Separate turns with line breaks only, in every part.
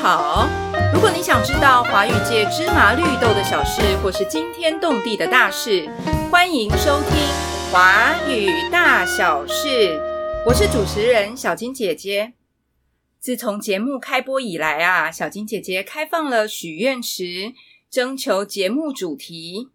好。如果你想知道华语界芝麻绿豆的小事，或是惊天动地的大事，欢迎收听《华语大小事》，我是主持人小金姐姐。自从节目开播以来啊，小金姐姐开放了许愿池，征求节目主题，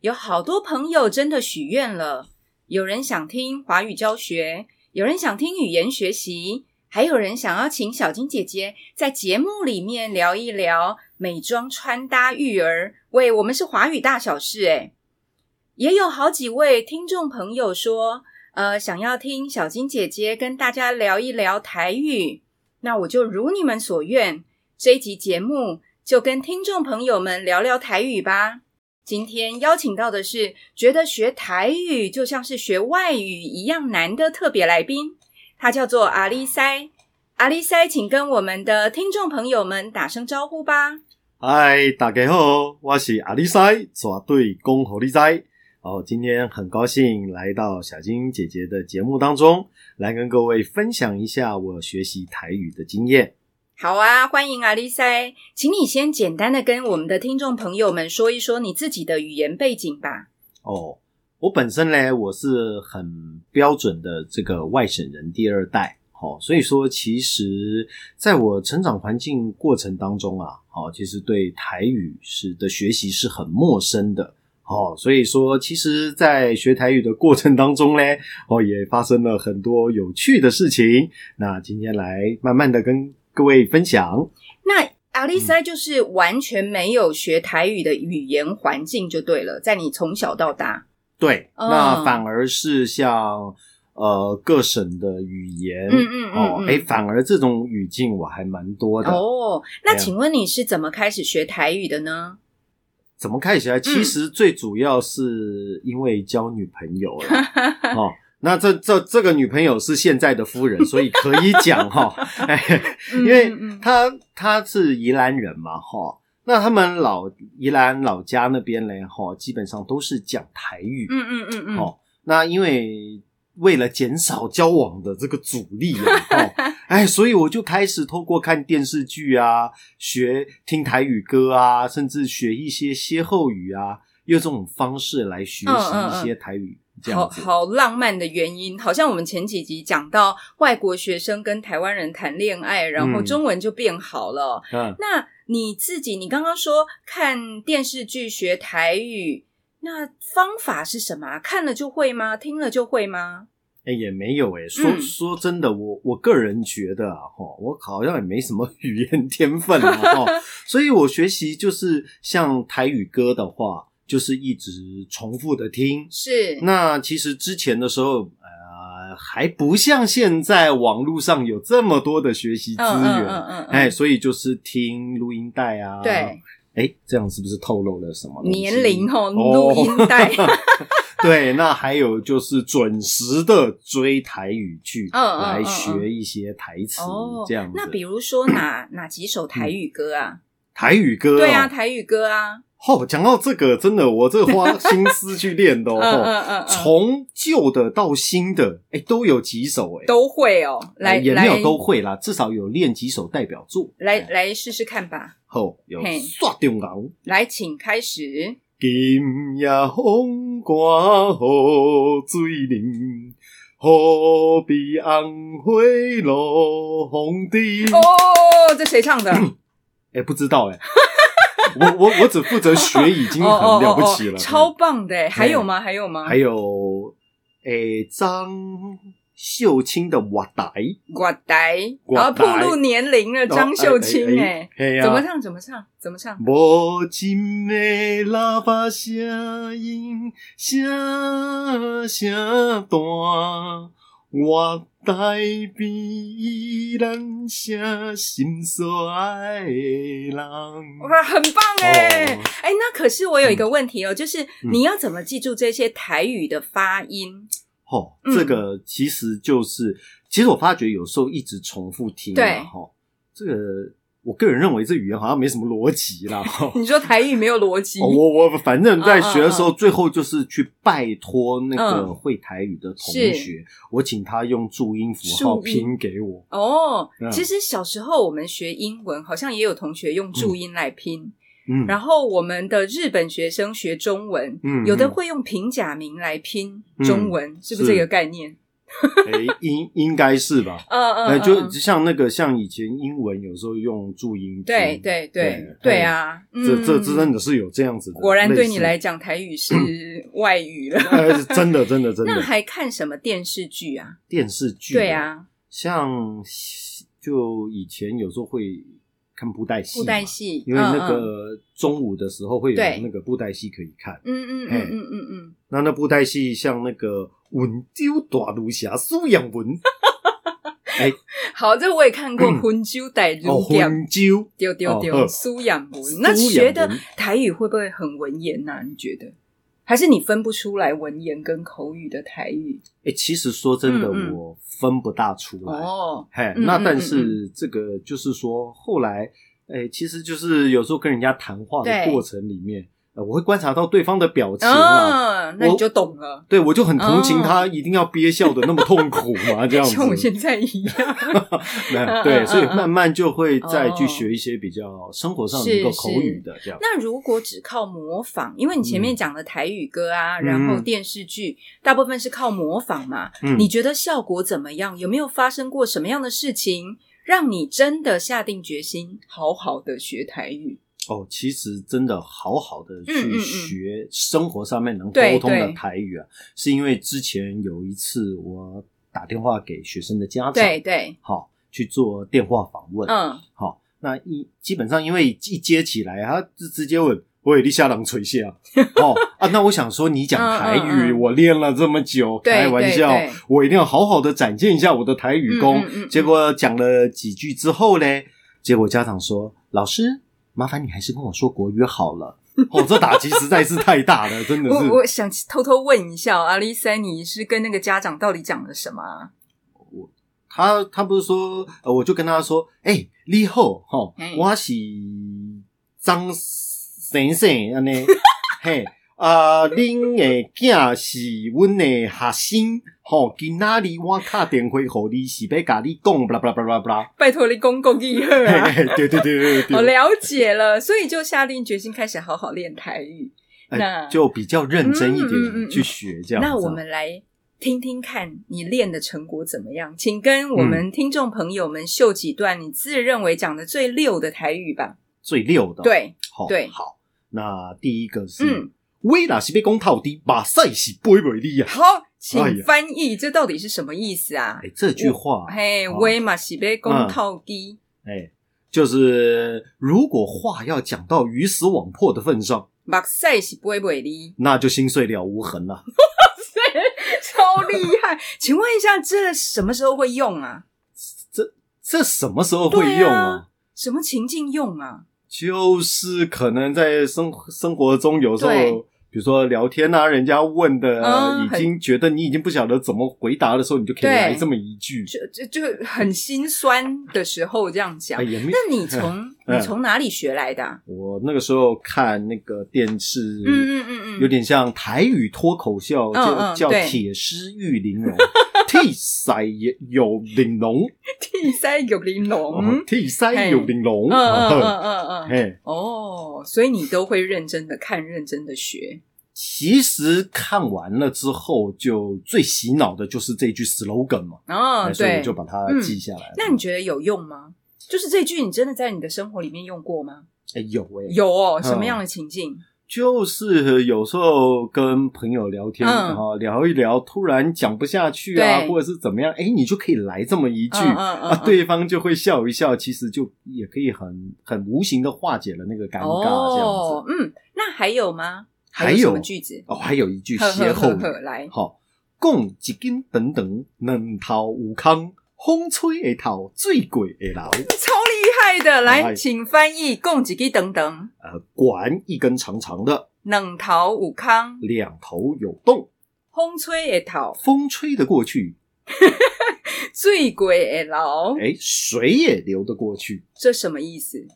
有好多朋友真的许愿了。有人想听华语教学，有人想听语言学习，还有人想要请小金姐姐在节目里面聊一聊美妆、穿搭、育儿。喂，我们是华语大小事诶，也有好几位听众朋友说，呃，想要听小金姐姐跟大家聊一聊台语。那我就如你们所愿，这一集节目就跟听众朋友们聊聊台语吧。今天邀请到的是觉得学台语就像是学外语一样难的特别来宾，他叫做阿丽塞。阿丽塞，请跟我们的听众朋友们打声招呼吧。
嗨，大家好，我是阿里塞，绝对公侯利塞。哦，今天很高兴来到小金姐姐的节目当中，来跟各位分享一下我学习台语的经验。
好啊，欢迎阿丽塞，请你先简单的跟我们的听众朋友们说一说你自己的语言背景吧。
哦，我本身嘞，我是很标准的这个外省人第二代。哦，所以说，其实在我成长环境过程当中啊，哦，其实对台语是的学习是很陌生的。哦，所以说，其实，在学台语的过程当中嘞，哦，也发生了很多有趣的事情。那今天来慢慢的跟各位分享。
那阿丽塞就是完全没有学台语的语言环境就对了，在你从小到大，
对，
哦
那反而是像呃各省的语言，
嗯嗯嗯
哦
嗯，
哎，反而这种语境我还蛮多的。
哦，那
对啊
请问你是怎么开始学台语的呢？
怎么看起来？
嗯
其实最主要是因为交女朋友了、 哦。那这这这个女朋友是现在的夫人，所以可以 讲哈、哎，因为
嗯嗯嗯
她她是宜兰人嘛哈、那他们老宜兰老家那边嘞哈、基本上都是讲台语、
嗯嗯嗯嗯，
哦。那因为为了减少交往的这个阻力啊，哦， 哎，所以我就开始透过看电视剧啊，学听台语歌啊，甚至学一些歇后语啊，用这种方式来学习一些台语，这
嗯好
样子。
好浪漫的原因，好像我们前几集讲到外国学生跟台湾人谈恋爱，然后
嗯
中文就变好了。
嗯，
那你自己，你刚刚说看电视剧学台语，那方法是什么啊？看了就会吗？听了就会吗？
哎、也没有哎、说、
嗯
说真的，我我个人觉得啊，哈，我好像也没什么 语言天分啊， 哈，所以我学习就是像台语歌的话，就是一直重复的听，
是，
那其实之前的时候，呃，还不像现在网络上有这么多的学习资
嗯
源，
嗯嗯嗯，嗯
哎，，所以就是听录音带啊，
对，，
哎，这样是不是透露了什么东西
年龄？哦，
哦
录音带，
对，那还有就是准时的追台语剧，
嗯嗯嗯
来学一些台词，
哦，
这样子。
那比如说哪哪几首台语歌啊？
台语歌、哦，
对啊，台语歌啊，
哦，讲到这个，真的我这花心思去练的 哦。
嗯嗯嗯，嗯
从旧的到新的，哎，都有几首哎，
都会哦，来
也
来
没有都会啦，至少有练几首代表作。
来
哎
来试试看吧。
好，有
嘿
刷中郎，
来，请开始。
今夜风寒雨水淋，何必红花落红滴？哎、
哦，这谁唱的？
嗯
哦
不知道哎、 我我我只负责学，已经
哦
很了不起
哦
了。
哦 超棒啊的！还有吗？还有吗？
还有哎张秀清的《我台》
我呆，
我
然后暴
呆哦
露年龄了，张秀清哎，
哎
怎么唱？怎么唱？怎么唱？
无情的喇叭声音，声声大，我台边依然写心所爱的人。
哇，很棒哎！
哦嗯
哎，那可是我有一个问题哦，就是你要怎么记住这些台语的发音？
哦，
嗯
这个其实就是，其实我发觉有时候一直重复听
对
啊，哈，这个我个人认为这语言好像没什么逻辑啦。哈
你说台语没有逻辑，
哦我我反正在学的时候，
嗯
最后就是去拜托那个
嗯
会台语的同
是
学，我请他用注音符号
注音
拼给我。
哦
嗯，
其实小时候我们学英文，好像也有同学用注音来拼。
嗯，
然后我们的日本学生学中文，
嗯
有的
嗯
会用平假名来拼
嗯
中文，是不是
是
这个概念？
诶，应应该是吧？
嗯嗯，
呃，就
嗯
像那个像以前英文有时候用注音拼，
对对对
对
对啊！
这
嗯
这这真的是有这样子的类似。
果然对你 来讲，台语是外语了。
呃，真的真的真
那
的
还看什么电视剧啊？
电视剧，
对，啊，
像就以前有时候会看布袋戏嘛，
布袋戏，
因为
嗯
那个中午的时候会有
对
那个布袋戏可以看。
嗯嗯
嘿
嗯嗯嗯嗯，
那那布袋戏像那个文丢大儒侠苏养文，
哦
哎、
好，这我也看过《魂酒歹
嗯哦，
如剑》。
魂丢，
丢丢
哦
丢，
呵
苏养文
苏。
那
养文
学的台语会不会很文言呐、你觉得？还是你分不出来文言跟口语的台语？
哎、其实说真的，
嗯嗯
我分不大出来。
哦，
嘿，
嗯
那
嗯
但是这个就是说，后来，哎、其实就是有时候跟人家谈话的
对
过程里面，呃，我会观察到对方的表情啊，
嗯，那你就懂了，
对我就很同情
哦
他，一定要憋笑的那么痛苦 嘛，这样子。
像我现在一样。
那
嗯
对，
嗯
所以
嗯
慢慢就会再去
哦
学一些比较生活上
是
能够口语的这样。
那如果只靠模仿，因为你前面讲的台语歌啊，
嗯
然后电视剧大部分是靠模仿嘛，
嗯
你觉得效果怎么样？有没有发生过什么样的事情，让你真的下定决心好好的学台语？
哦，其实真的好好的
嗯嗯
去
嗯
学生活上面能
对
沟通的
对
台语啊，是因为之前有一次我打电话给学生的家长，
对对，
好去做电话访问，
嗯，
好，那一基本上因为一接起来，他直直接问。我也立下狼垂下哦啊！那我想说，你讲台
嗯嗯
语，
嗯
我练了这么久，
对
开玩笑
对对，
我一定要好好的展现一下我的台语功。
嗯嗯 嗯嗯
结果讲了几句之后呢，结果家长说：“老师，麻烦你还是跟我说国语好 了。”哦，这打击实在是太大了，真的是。
我我想偷偷问一下、哦，阿丽塞，你是跟那个家长到底讲了什么啊？
他他不是说，呃，我就跟他说，哎、你好，哈
嘿，
我是张先生 安尼，嘿，啊，恁的囝是阮的学生，吼、今仔日我打电话互你是要甲你讲，巴拉巴拉巴拉巴拉，
拜托你公公一二
嘿
啊！
嘿，对对对对
我
对对，
了解了，所以就下定决心开始好好练台语。那
哎就比较认真一
嗯嗯嗯
点
嗯
去学这样子啊。
那我们来听听看你练的成果怎么样，请跟我们听众朋友们秀几段你自认为讲的最溜的台语吧。
最溜的，，
对，
好、
对
好，那第一个是。
嗯，
威若是要讲透底，马赛是背袂你啊！
好，
哎
请
呀
翻译，这到底是什么意思啊
哎、？这句话，
嘿，
哦
威嘛是被公套低，
哎，就是如果话要讲到鱼死网破的份上，
目屎是不会袂离。
那就心碎了无痕了。
超厉害！请问一下，这什么时候会用啊？
这什么时候会用啊？
什么情境用啊？
就是可能在生生活中有时
对
候，比如说聊天啊，人家问的、
嗯
已经觉得你已经不晓得怎么回答的时候，你就可以
对
来这么一句。
就就就很心酸的时候这样讲
哎，。也没
那你 从
嗯
你从哪里学来的啊？
我那个时候看那个电视，
嗯嗯嗯嗯，
有点像台语脱口秀，
嗯
叫
嗯
叫
对
铁狮玉玲珑，替塞也有玲珑，
替塞有玲珑。
哦替塞有玲珑，
嗯嗯嗯
哦
嗯嗯。
嘿，
哦，所以你都会认真的看，认真的学。
其实看完了之后，就最洗脑的就是这句 slogan 嘛，哎
哦，
所以
对
我。就把它记下来了。
那你觉得有用吗？就是这句，你真的在你的生活里面用过吗？
哎有哎，
有哦，什么样的情境？
就是有时候跟朋友聊天，
嗯
然后聊一聊，突然讲不下去啊，
对
或者是怎么样，哎，你就可以来这么一句，
嗯嗯嗯
啊，
嗯
对方就会笑一笑，其实就也可以很很无形的化解了那个尴尬这样
哦
子。，
嗯，那还有吗？
还
有什么
有
句子？
哦，还有一句
呵
歇
呵
后
呵
语，
呵，来，
好，讲一斤等等，两头有空，风吹会透，水过会流。
超厉害的，来，
哎
请翻译，供几个等等，
呃，管一根长长的，
冷桃五康，
两头有洞，
风吹也桃，
风吹得过去，
醉鬼老，
哎，水也流得过去。
这什么意思？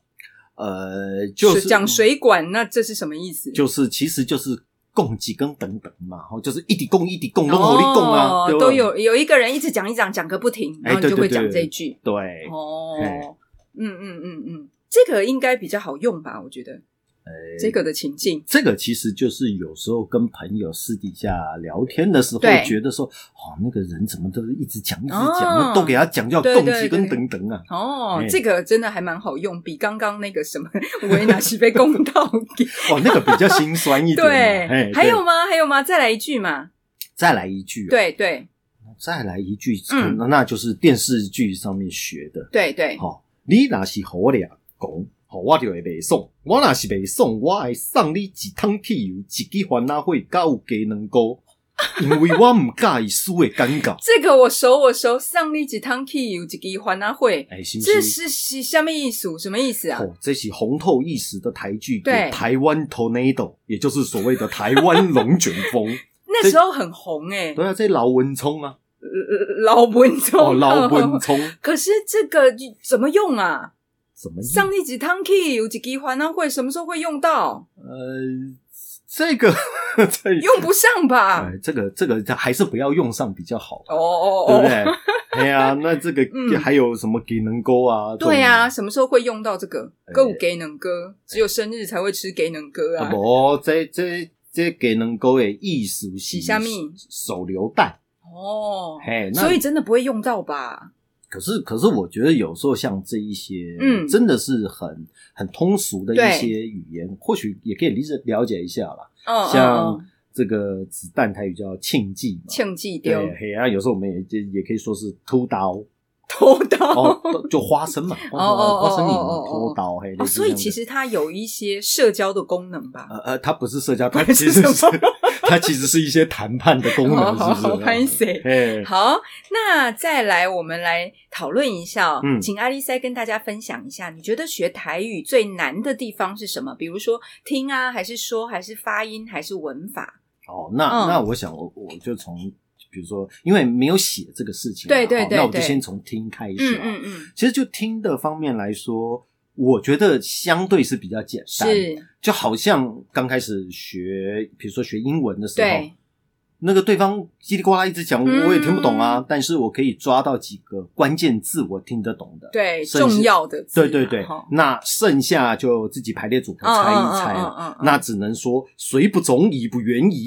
呃，就是
讲水管，那这是什么意思？
就是其实就是供给跟等等嘛，哦，就是一滴供一滴供，跟火力供啊，对吧
哦都有有一个人一直讲一直讲讲个不停，然
哎
后你就
对
会
对对
讲这一句。
对，哎
哦，嗯嗯嗯嗯，这个应该比较好用吧？我觉得
哎
这个的情境，
这个其实就是有时候跟朋友私底下聊天的时候
对，
觉得说，哦，那个人怎么都一直讲，一直讲，
哦
那都给他讲叫
对
供
对
给跟
对
等等啊。
哦
哎，
这个真的还蛮好用，比刚刚那个什么 维纳西被公道 给。
哇，哦那个比较心酸一点啊。哎
对，，还
对
有吗？还有吗？再来一句嘛。
再来一句、，啊
对对
再来一句，
嗯
那那就是电视剧上面学的。
对对，。
好、你若是和我俩讲，好我就会袂爽；我若是袂爽，我会送你一桶汽油，一支番仔火，甲有鸡卵糕，因为我唔介意输的尴尬
这个我熟我熟，上你几趟 key 有几个还啊会，
哎，是不
这
是？
是是什么意思？什么意思啊？
哦，这是红透一时的台剧，
对
台湾 tornado，也就是所谓的台湾龙卷 风。
那时候很红哎、
对啊，这老文 聪啊，
呃老文中
哦，老文。聪
可是这个怎么用啊？
怎么
上
用？
一集汤 key 有几句还啊会，什么时候会用到？
呃，这个 这
用不上吧
嗯哎？，这个这个还是不要用上比较好。啊
哦哦
对不
哦，
对？哎呀，那这个
嗯
还有什么给能勾啊？这种
对呀、啊，，什么时候会用到这个？
哎
歌舞给能歌，只有生日才会吃给能歌
啊
啊。
不，这这这给能勾的艺术
是什么
手榴弹。
哦，
嘿，哎那
所以真的不会用到吧？
可是可是，我觉得有时候像这一些，
嗯
真的是很很通俗的
对
一些语言，或许也可以理解了解一下啦。
嗯，
像这个子弹台语叫庆忌嘛，
庆忌丢
对，嘿啊，有时候我们也也也可以说是突刀
偷刀
哦， 就花生嘛，花生
哦哦
嘛花生米
哦哦
嘛，
哦
突刀嘿，类
哦，
似
所
这
以
样
其
的
实它有一些社交的功能吧。
呃呃，它不是社交，它
不然
其
是
实
什
是
么
它其实是一些谈判的功
好
能，
好
是啊
好，
不
拍
是？
谁？
哎，
好，那再来，我们来讨论一下、哦。
嗯
请阿丽塞跟大家分享一下，你觉得学台语最难的地方是什么？比如说听啊，还是说，还是发音，还是文法？
哦，那
嗯
那我想我我就从比如说，因为没有写这个事情嘛，
对对
哦
对
那我就
对
先从听开
嗯
始啊。
嗯嗯，
其实就听的方面来说，我觉得相对是比较简单，
是，
就好像刚开始学，比如说学英文的时候
对。
那个对方叽里呱啦一直讲，
嗯
我也听不懂啊，但是我可以抓到几个关键字，我听得懂的。
对，
甚至
重要的字嘛，
对对对
哈，
那剩下就自己排列组合
嗯
猜
嗯
一猜啊
嗯
了。
嗯嗯嗯
那只能说虽不中矣，不 远矣。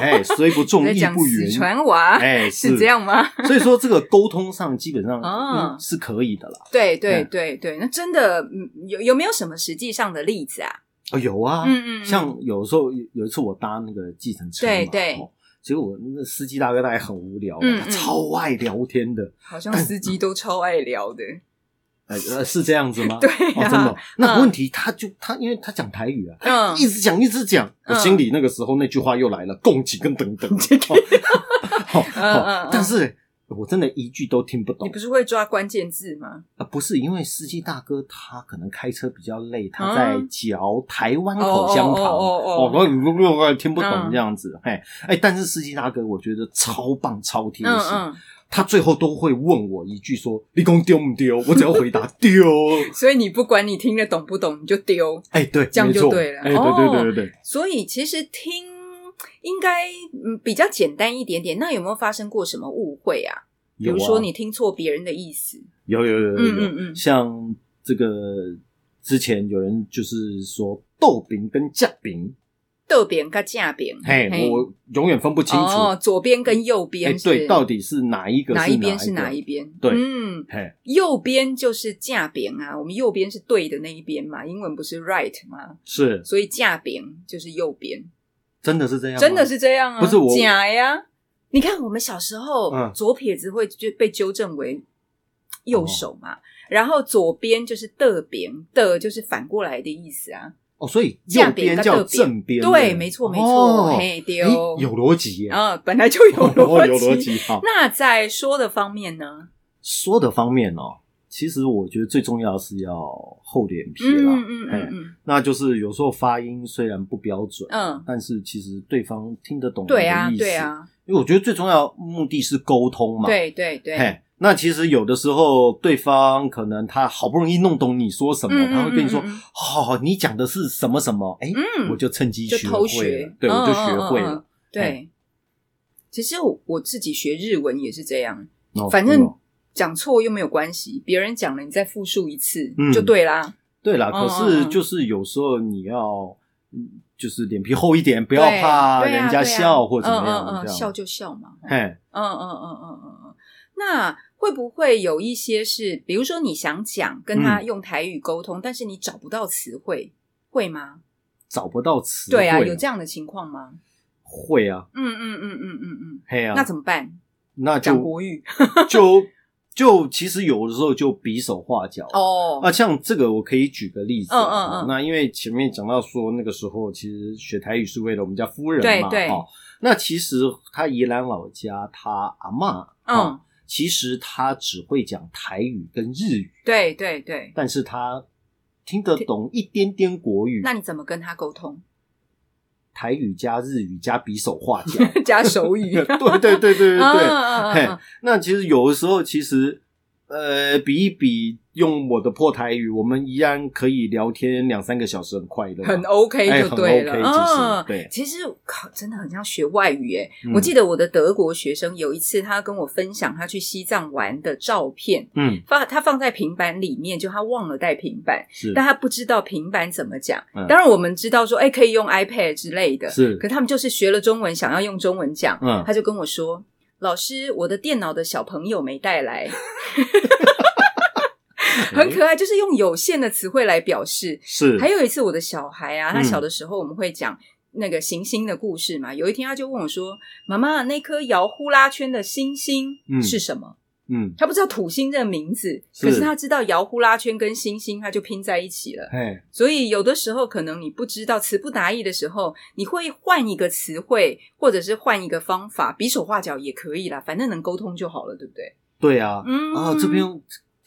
哎，虽不中
在
矣，
讲
不
四
远矣。
川话，
哎，
是这。样吗？
所以说，这个沟通上基本上
哦
嗯是可以的啦。
对对
嗯
对对，那真的嗯有有没有什么实际上的例子啊？
哦，有啊，
嗯嗯嗯
像有时候有一次我搭那个计程车嘛，
对对
哦结果我那司机大哥他也很无聊，
嗯嗯
他超爱聊天的。
好像司机都超爱聊的，
呃呃，是这样子 吗？
对
哦，
啊
真的哦。那
嗯
问题他就他，因为他讲台语啊，
嗯，
一直讲一直讲，我
嗯
心里那个时候那句话又来了，供给跟等等，好，
嗯 嗯
好哦但是我真的一句都听不懂
你不是会抓关键字吗？
啊！不是因为司机大哥他可能开车比较累，
嗯
他在嚼台湾口香糖，
哦哦哦哦哦
哦，我我我听不懂
嗯
这样子，嘿，哎，但是司机大哥我觉得超棒超贴
嗯
心，
嗯，
他最后都会问我一句说你公丢不丢，我只要回 答丢，
所以你不管你听得懂不懂，你就丢。
哎，对，
这样
没
就
错
对了
哎，对对
哦
对对对。
所以其实听应该嗯比较简单一点点。那有没有发生过什么误会啊？比
有
如
啊
说你听错别人的意思，
有有有有有，
嗯嗯嗯
像这个之前有人就是说豆饼跟酱饼，
豆扁跟架扁，
嘿，我永远分不清楚，
哦，左边跟右
哎、
边是、
对，到底是哪一个
哪
一
一边是哪
哪
一
个？
边？
对
嗯，
嘿，
右边就是架扁啊，我们右边是对的那一边嘛，英文不是 right 嘛，
是
所以架扁就是右边。
真的是这样吗，
真的是这样啊？
不是我
假呀！你看我们小时候，
嗯
左撇子会就被纠正为右手
哦
嘛，然后左边就是的边，的就是反过来的意思啊。
哦，所以
酱
右
饼
边
跟
叫
豆饼
正边，
对，没错，没错，
哦、
嘿
哎
丢，
有逻辑 耶，哦
啊，本来就有逻
有逻
辑。
辑哈。
那在说的方面呢？
说的方面哦，其实我觉得最重要的是要厚脸皮
嗯
啦，
嗯
嘿
嗯嗯，
那就是有时候发音虽然不标准，
嗯
但是其实对方听得懂你的
对啊
意，思
对啊，
因为我觉得最重要的目的是沟通嘛。
对对对，
嘿，那其实有的时候，对方可能他好不容易弄懂你说什么，
嗯嗯
他会跟你说
嗯嗯：“
哦，你讲的是什么什么？”哎、
嗯
我就趁机
就
学
偷
会
学
了，，对，我就
嗯
学
嗯
会。
嗯嗯
了。
对，其实我我自己学日文也是这样，
哦
反
对
正
哦
讲错又没有关系，别人讲了你再复述一次
嗯
就对啦。
对啦，
嗯
可
嗯
是
嗯
就是有时候你要嗯就是脸皮厚一点，不要
对
怕
对啊
人家
对啊
笑或怎么
嗯嗯
样，
嗯，
这
笑
样。
就笑嘛。嗯
嘿，
嗯嗯嗯嗯嗯嗯。那会不会有一些是，比如说你想讲跟他
嗯
用台语沟通，但是你找不到词汇，会吗？
找不到词汇，哦
对啊，有这样的情况吗？
会啊，
嗯嗯嗯嗯嗯嗯。
嘿啊，
那怎么办？
那
讲
就
国语
就就其实有的时候就比手画脚
哦。
啊，像这个我可以举个例子，啊
嗯嗯嗯
那因为前面讲到说那个时候其实学台语是为了我们家夫人嘛，
对对
哦，那其实他宜兰老家他阿嬷，
嗯
哦，其实他只会讲台语跟日语，
对对对。
但是他听得懂一点点国语，
那你怎么跟他沟通？
台语加日语加比手画 脚，
加手语。
对对对对对对。
嗯嗯嗯
嘿
嗯，
那其实有的时候，其实呃，比一比，用我的破台语，我们依然可以聊天两三个小时，很快乐。
嗯很 OK
哎
就
很
对了，
OK，其实
嗯，
对
其实靠，真的很像学外语诶。
嗯
我记得我的德国学生有一次，他跟我分享他去西藏玩的照片，
嗯，
放他放在平板里面，就他忘了带平板，
是
但他不知道平板怎么讲。
嗯
当然，我们知道说，哎，可以用 iPad 之类的，
是
可他们就是学了中文，想要用中文讲，
嗯
他就跟我说：“老师，我的电脑的小朋友没带 来。” 很可爱，就是用有限的词汇来表示。
是，
还有一次，我的小孩啊，他
嗯
小的时候我们会讲那个行星的故事嘛。有一天，他就问我说：“妈妈，那颗摇呼啦圈的星星
嗯
是什么？”
嗯，
他不知道土星这个名字，
是
可是他知道摇呼啦圈跟星星，他就拼在一起了。
哎，
所以有的时候，可能你不知道词不达意的时候，你会换一个词汇，或者是换一个方法，比手画脚也可以啦，反正能沟通就好了，对不对？
对啊，
嗯
啊，这边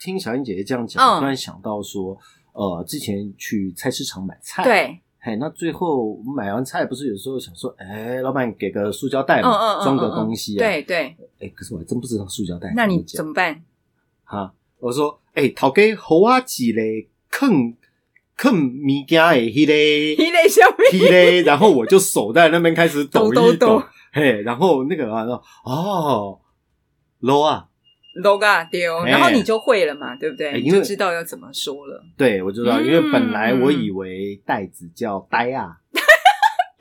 听小燕姐姐这样
嗯
讲，突然想到说，呃，之前去菜市场买菜，，
对，
嘿，那最后买完菜，不是有时候想说，哎，老板给个塑胶袋
嗯嗯
嘛，
嗯，
装个
嗯嗯
东西啊，，
对对，
哎，可是我还真不知道塑胶袋，
那你
讲
怎么办？
哈，我说，哎、头家给我一个坑坑物件的迄、个
你得笑
迄、个，然后我就手在那边开始抖一
抖
抖，
抖抖
嘿，然后那个啊，哦，low 啊，
log 啊丢，
哎
然后你就会了嘛，对不
哎
对？你
因为
就知道要怎么说了。
对我知道，
嗯
因为本来我以为袋子叫呆 啊，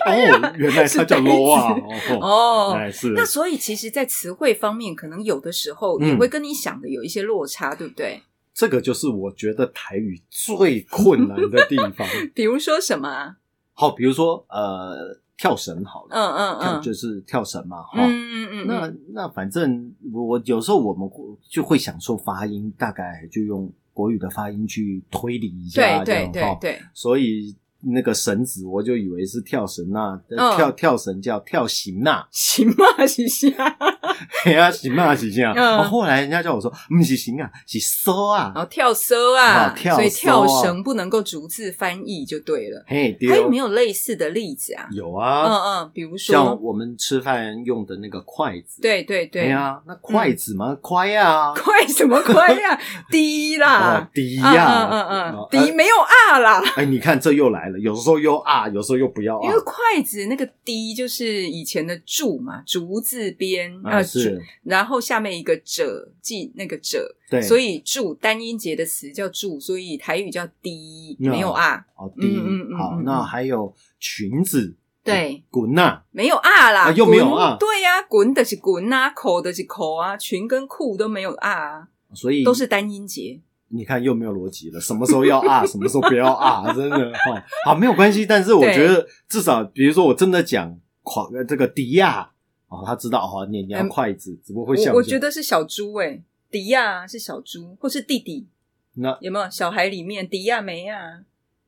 哦，原来它叫 low 啊，哦，
哦，
哎是，
那所以其实，在词汇方面，可能有的时候也
嗯
会跟你想的有一些落差，对不对？
这个就是我觉得台语最困难的地方。
比如说什么啊？
好，比如说呃，跳绳好了，
嗯嗯嗯，
跳就是跳绳嘛，哈、
嗯嗯嗯，
哦那那反正我我有时候我们就会享受发音，大概就用国语的发音去推理一
对
下，这
对
样
对
哈。
对，
所以那个绳子，我就以为是跳绳呐、呃
嗯
跳跳绳叫跳行呐、
行嘛行 下，
嘿啊行啊行啊。
嗯哦
哦后来人家叫我说，不是行啊，是搜啊
然。后跳绳啊，
啊跳
所以跳
绳啊
绳不能够逐字翻译就对了。
嘿，对
还哎有没
哦，
有类似的例子啊？
有
嗯
啊，
嗯，比如
像
说，
我们吃饭用的那个筷子，
对对对嗯
嘿，啊，那筷子嘛，筷啊，
快什么快呀？ 低
哦
啦，，
笛
啊
呀，
嗯嗯嗯
哦，
低没有啊啦，
哎，你看这又来了，有时候又啊，有时候又不要
因
啊
为。筷子那个“低”就是以前的“柱”嘛，竹字边
啊，
竹
是，
然后下面一个“者”，记那个“者”，
对，
所
以
以“柱”单音节的词叫“柱”，所以台语叫“低”，
嗯
没有啊，
哦，
嗯
第
嗯嗯
一，好
嗯，
那
嗯
还有裙子，
对，
滚呐，
没有啊啦，
啊又没有啊
滚对呀，滚的是滚啊，口的是口啊，裙跟裤都没有啊啊，
所以
都是单音节，
你看又没有逻辑了，什么时候要啊，什么时候不要啊，真的哦，好没有关系，但是我
对
觉得至少，比如说我真的讲狂呃这个迪亚哦，他知道哦，你你要
嗯
筷子，只不过会笑
我
一
我
下
觉得是小猪哎，迪亚是小猪，或是弟弟。
那
有没有小孩里面迪亚梅啊？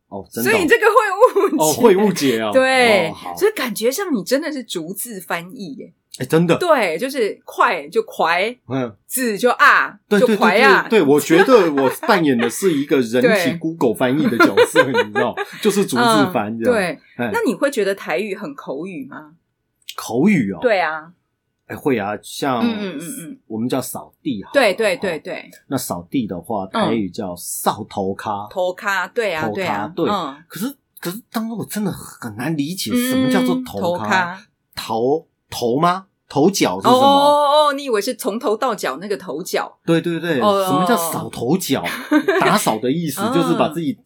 哦，真的
所以
哦
你这个会误解，
哦会误解哦，
对，
哦好，
所以感觉上你真的是逐字翻译耶。
哎，真的，
对，就是快就快，
嗯。
字就啊，
对
就
对
快啊
对，对，我觉 得我扮演的是一个人
对
体 Google 翻译的角色，你知 道，就是逐字
嗯
翻译。
对，
哎，
那你会觉得台语很口语吗？
口语哦，
对啊，
哎，会啊，像
嗯嗯嗯嗯
我们叫扫地好了，
对对对
哦。
对，
那扫地的话，
嗯
台语叫扫头咖，
头咖，对啊
头
对
咖
啊，
对
嗯，
可是可是当中我真的很难理解什么叫做
嗯
头咖，
咖？
头头吗？头脚是
哦
什
哦
么？
哦哦，你以为是从头到脚那个头脚？
对对对，
哦
什么叫扫头 脚？打扫的意思
嗯
就是把自己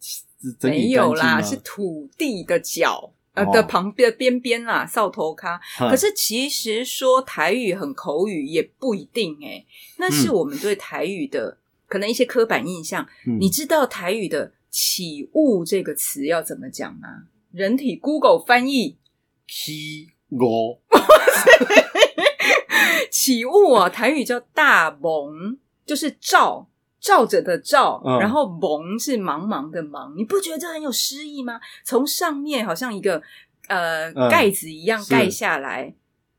整
没
理
有
干净啊
啦，
吗？
是土地的脚。呃
哦
的旁边的边边啦，扫头咖。
嗯
可是其实说台语很口语也不一定诶、那是
嗯
我们对台语的、可能一些刻板印象。
嗯
你知道台语的“起雾”这个词要怎么讲吗？人体 Google 翻译
起我
“ 起雾”哦，台语叫“大蒙”，就是照照着的照，
嗯
然后“蒙”是茫茫的茫，你不觉得这很有诗意吗？从上面好像一个呃、
嗯
盖子一样
是
盖下来。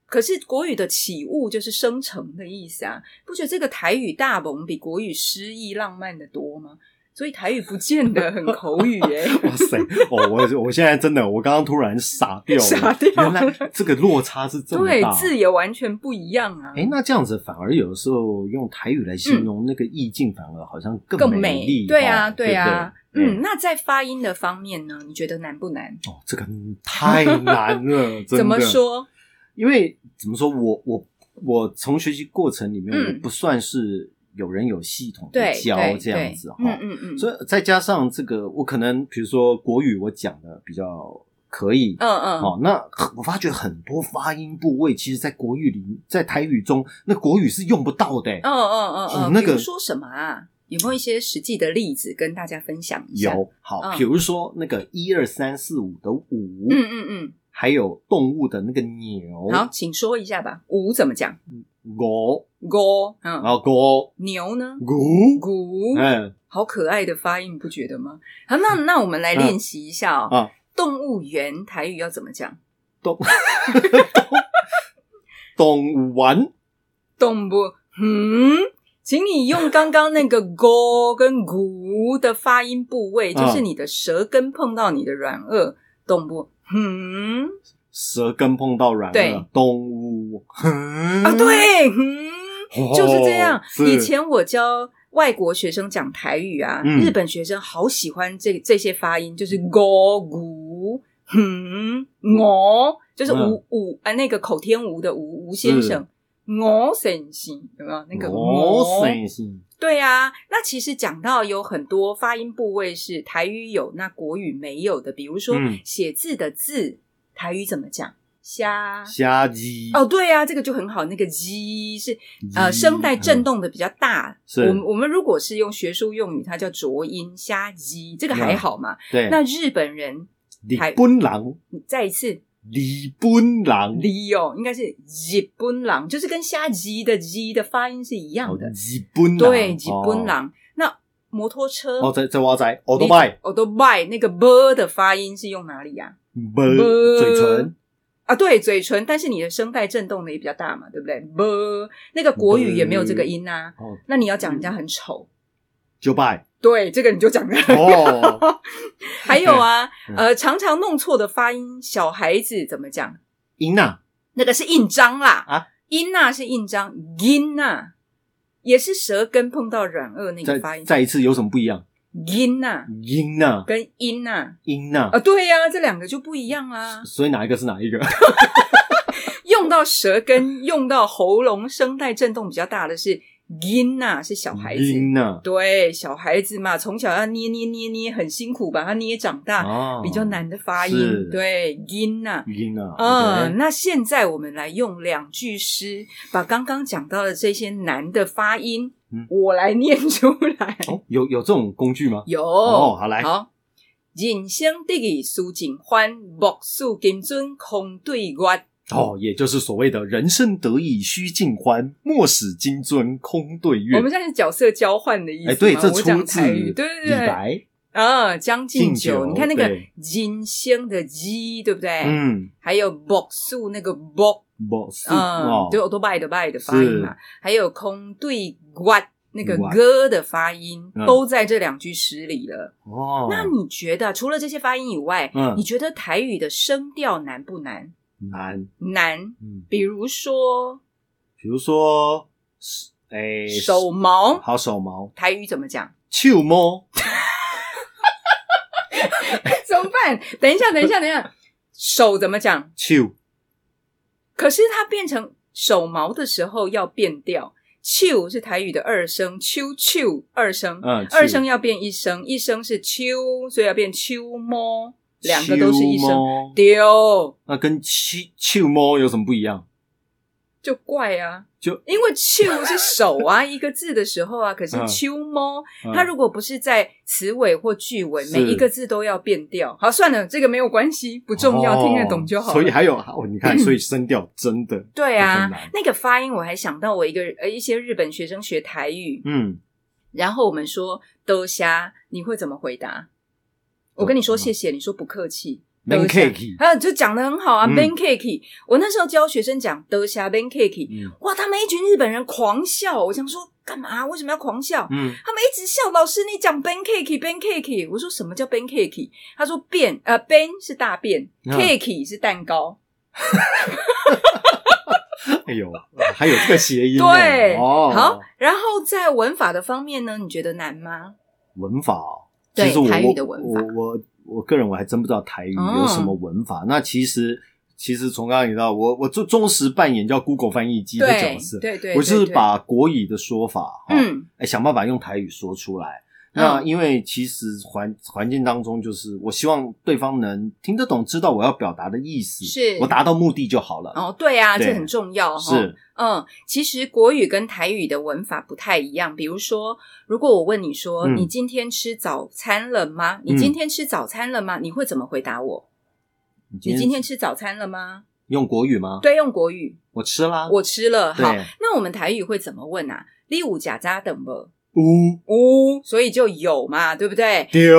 可是国语的起雾就是生成的意思啊，不觉得这个台语大蒙比国语诗意浪漫的多吗？所以台语不见得很口语欸耶、
哇塞！哦，我我现在真的，我刚刚突然傻掉了，
傻掉
原来这个落差是 这么
对
大。
字也完全不一样啊。
哎，那这样子反而有时候用台语来形容那个意境，反而好像
更
美丽。
对啊，
哦
对啊，
对不对
嗯，那在发音的方面呢，你觉得难不难？
哦，这个太 难了，真的
怎么？说？
因为怎么说，我我我从学习过程里面，
嗯
我不算是有人有系统的
对，
教
对
这样子哈哦
对。嗯嗯嗯，
所以再加上这个，我可能比如说国语，我讲的比较可以，
嗯嗯，
哦，那我发觉很多发音部位，其实在国语里，在台语中，那国语是用不到的欸。
嗯嗯嗯
哦
嗯，
那
比如
个
说什么啊？有没有一些实际的例子跟大家分享一下？
有好，
嗯
比如说那个一二三四五的五，
嗯嗯
还有动物的那个牛
嗯，，好，请说一下吧。五怎么讲？
狗，
锅，嗯
然，后狗
牛
嗯
呢？
骨，
鼓，
嗯，
好可爱的发音，你不觉得吗？好，那那我们来练习一下哦。
嗯啊
动物园台语要怎么讲？
动物丸，
动物，嗯，请你用刚刚那个 go 跟 gu 的发音部
嗯
位，就是你的舌根碰到你的软腭，动物，嗯，
舌根碰到软
对
了，动物
啊，
啊，
对，嗯，
哦
就是这样。
是
以前我教外国学生讲台语啊，
嗯
日本学生好喜欢这这些发音，就是 go gu。嗯，我就是吴吴啊，那个口天吴的吴吴先
嗯是
生，我先生有没有那个
哦，
我
神性，
对啊，那其实讲到有很多发音部位是台语有，那国语没有的，比如说
嗯
写字的字，台语怎么讲？虾。
虾鸡
哦，对啊，这个就很好。那个“鸡”是呃声带震，动的比较大。
嗯是
我们我们如果是用学术用语，它叫浊音虾鸡，这个还好嘛。
鸡对，
那日本人
日
台
本人。
再一次
嗯日本人，
里哦，应该是日本郎，就是跟虾鸡的“鸡”的发音是一样
哦
的。
日本人，
对，日本
哦。
郎。那摩托车
哦，这这我知，奥多拜，
我都 y 那个 b 的发音是用哪里呀、不
不呃嘴唇，
啊？对，嘴唇，但是你的声带震动的也比较大嘛，对不对 b 那个国语也没有这个音呐、
哦，
那你要讲人家很丑，
九拜，
对，这个你就讲的。
哦，
还有啊，
嗯
呃，常常弄错的发音，小孩子怎么讲？
英娜，
那个是印章啦，
啊，
音呐是印章，音呐也是舌根碰到软腭那个发
再
音，
再一次有什么不一样？
音呐
英娜，
跟音呐
英娜
啊，，对呀、这两个就不一样啦、
所以哪一个是哪一个？
用到舌根、用到喉咙声带震动比较大的是音呐、是小孩子。
英娜
对，小孩子嘛，从小要捏捏捏捏，很辛苦，把它捏长大，
啊
比较，难的发
是
音。对，音呐、
英娜，
嗯，
OK，
那现在我们来用两句诗，把刚刚讲到的这些难的发音，
嗯
我来念出来。
哦，有有这种工具吗？
有，
哦好来
好。人生得意须尽欢，莫使金樽空对月。
哦，也就是所谓的人生得意须尽欢，莫使金樽空对月
我。们现在是角色交换的意思
哎，
嘛。
对，这
我
出
讲
自
台语，
李
对对对，
白，
啊，将进酒，
敬酒
你看那个
对
金星的鸡，对不对？，
嗯，
还有木树那个木，
不是
嗯
哦，，
对，我都拜的拜的发音嘛，还有空对月那个
月
歌的发音，
嗯
都在这两句诗里了。
哦，
那你觉得啊除了这些发音以外，
嗯
你觉得台语的声调难不难？
难，
难，
嗯，
比如说
比如说，哎，
手毛，
好手毛，
台语怎么讲？
秋摸，
怎么办？等一下，等一下，等一下，手怎么讲？
秋
可是它变成手毛的时候要变调。秋是台语的二声，秋秋二声，
嗯
二
秋
声要变一声，一声是秋，所以要变秋摸，两个都是一
秋
声。
摸
丢
那跟秋秋摸有什么不一样？
就怪啊，
就
因为秋是手啊，一个字的时候啊，可是
嗯
秋摸
嗯
它如果不是在词尾或句尾，
是
每一个字都要变调。好，算了，这个没有关系，不重要，
哦
听得懂就好了。
所以还有哦，你看，所以声调真的
对啊
很难，
那个发音我还想到我一个呃一些日本学生学台语，
嗯，
然后我们说都虾，你会怎么回答？我跟你说谢谢，你说不客气。
Man
多谢
cake
还有就讲的很好啊
嗯
，ben cake。我那时候教学生讲得虾 ben cake，
嗯
哇，他们一群日本人狂笑，我想说干嘛？为什么要狂笑？
嗯，
他们一直笑老师，你讲 ben cake ben cake，我说什么叫 ben cake？他说便呃 ben 是大便、
嗯
c a k e 是蛋糕，
哎呦，还有这个谐音呢，
对，
哦，
好。然后在文法的方面呢，你觉得难吗？
文法哦，
对
其实我
台语的文法
我我我个人我还真不知道台语
哦
有什么文法。那其实其实从刚刚你知道，我我就忠实扮演叫 Google 翻译机的角
对
色，
对对，
我就
对
是把哦国语的说法，哈
嗯
哎，想办法用台语说出来。那
嗯
因为其实环环境当中，就是我希望对方能听得懂，知道我要表达的意思，
是
我达到目的就好了。
哦，对啊，
对
这很重要哈。
是，
嗯，其实国语跟台语的文法不太一样。比如说，如果我问你说、
嗯
你今天吃早餐了吗？你今天吃早餐了吗？你会怎么回答我？
你今
你
天
今天吃早餐了吗？
用国语吗？，
对，用国语，
我吃啦。
我吃了。好
对，
那我们台语会怎么问啊？你五假扎等不？
呜
呜、所以就有嘛，对不对？
丢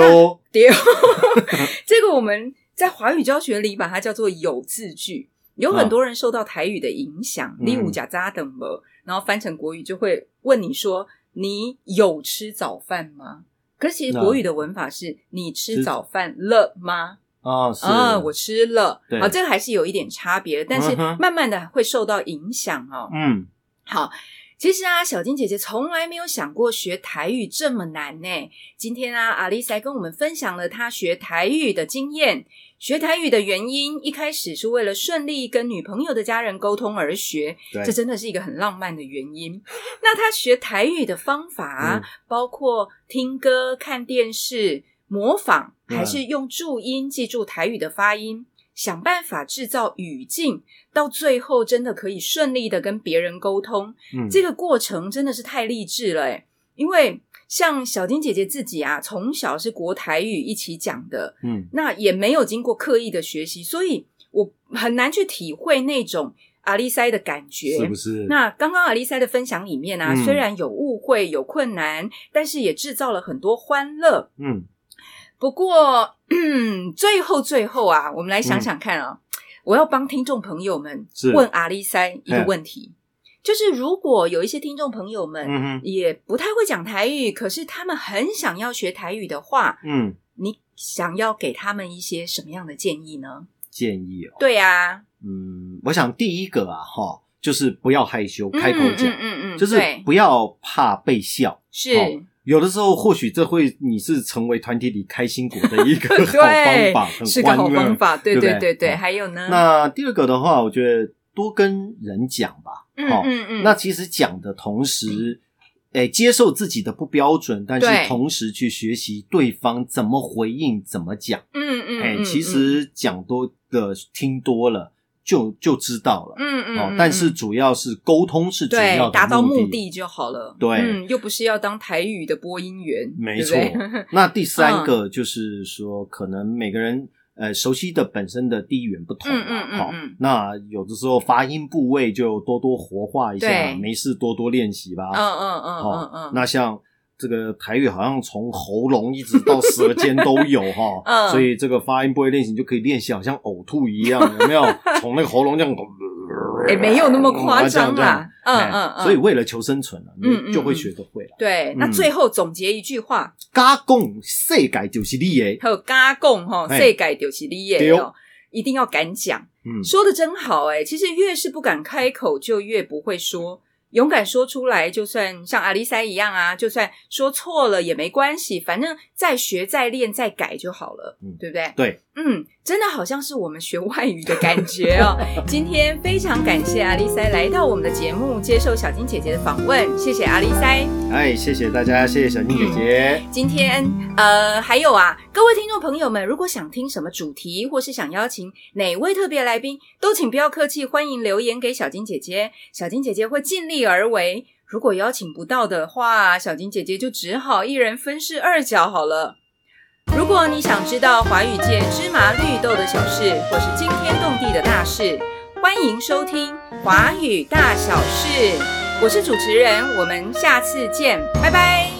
丢， 这个我们在华语教学里把它叫做有字句。有很多人受到台语的影响，
嗯
例如假扎等么，然后翻成国语就会问你说：“你有吃早饭吗？”可是其实
那
国语的文法是“你吃
吃
早饭了吗
啊，？”是
啊，我吃了。
对
好，这个还是有一点差别，但是
嗯哼
慢慢的会受到影响哦。
嗯，
好，其实啊，小金姐姐从来没有想过学台语这么难呢。今天啊，阿丽塞跟我们分享了她学台语的经验。学台语的原因，一开始是为了顺利跟女朋友的家人沟通而学，
对
这真的是一个很浪漫的原因。那她学台语的方法啊、
嗯
包括听歌、看电视、模仿，
嗯
还是用注音记住台语的发音，想办法制造语境，到最后真的可以顺利的跟别人沟通。
嗯
这个过程真的是太励志了诶，因为像小金姐姐自己啊，从小是国台语一起讲的，
嗯
那也没有经过刻意的学习，所以我很难去体会那种阿丽塞的感觉。
是不是？
那刚刚阿丽塞的分享里面啊，
嗯
虽然有误会、有困难，但是也制造了很多欢乐。
嗯
不过，嗯，最后最后啊，我们来想
嗯
想看啊，我要帮听众朋友们
是哎
问阿丽塞一个
嘿
问题，就是如果有一些听众朋友们
嗯哼
也不太会讲台语，可是他们很想要学台语的话，
嗯，
你想要给他们一些什么样的建议呢？
建议哦，
对啊，
嗯，我想第一个啊，哈，就是不要害羞，
嗯
开口讲，
嗯嗯嗯，
就是
对
不要怕被笑。
是。
好有的时候，或许这会你是成为团体里开心果的一个 好
对
方法，，很
是个好
欢乐
方。法，对
对
对对
不对
对。
嗯
还有呢，
那第二个的话，我觉得多跟人讲吧。
嗯
好
嗯嗯，
那其实讲的同时，诶、接受自己的不标准，但
对
是同时去学习对方怎么回应、怎么讲。
嗯嗯，
哎、
嗯
其，实讲多的听多了，就就知道了。
嗯嗯
哦
嗯，，
但是
嗯
主要是沟通是主要
对
的
达到
目
的就好了，
对
嗯，又不是要当台语的播音员，
没
对不
错
对嗯
那第三个就是说，可能每个人呃熟悉的本身的地缘不同
嗯嗯嗯
啊，哈
嗯
那有的时候发音部位就多多活化一下
对，
没事多多练习吧。
嗯嗯嗯
好
嗯嗯，，
那像这个台语好像从喉咙一直到舌尖都有哈
嗯
所以这个发音部位练习你就可以练习，好像呕吐一样，有没有？从那个喉咙这样，
也哎没有那么夸张啦，
嗯这
嗯
样这
嗯
样哎
嗯，
所以为了求生存啊，
嗯嗯
你就会学得会了。
对，那
嗯
最后总结一句话，
嘎共世界就是你的，
还有嘎贡哈，
哎
世界就是你
对
的
哦
哦，一定要敢讲。
嗯，
说的真好哎、其实越是不敢开口，就越不会说。勇敢说出来，就算像阿丽塞一样啊，就算说错了也没关系，反正再学、再练、再改就好了，
嗯
对不对？
对，
嗯，真的好像是我们学外语的感觉 哦。今天非常感谢阿丽塞来到我们的节目，接受小金姐姐的访问，谢谢阿丽塞。
哎，谢谢大家，谢谢小金姐姐，
今天呃，还有啊，各位听众朋友们，如果想听什么主题，或是想邀请哪位特别来宾，都请不要客气，欢迎留言给小金姐姐，小金姐姐会尽力而为。如果邀请不到的话，小金姐姐就只好一人分饰二角好了。如果你想知道华语界芝麻绿豆的小事，或是惊天动地的大事，欢迎收听《华语大小事》，我是主持人，我们下次见，拜拜。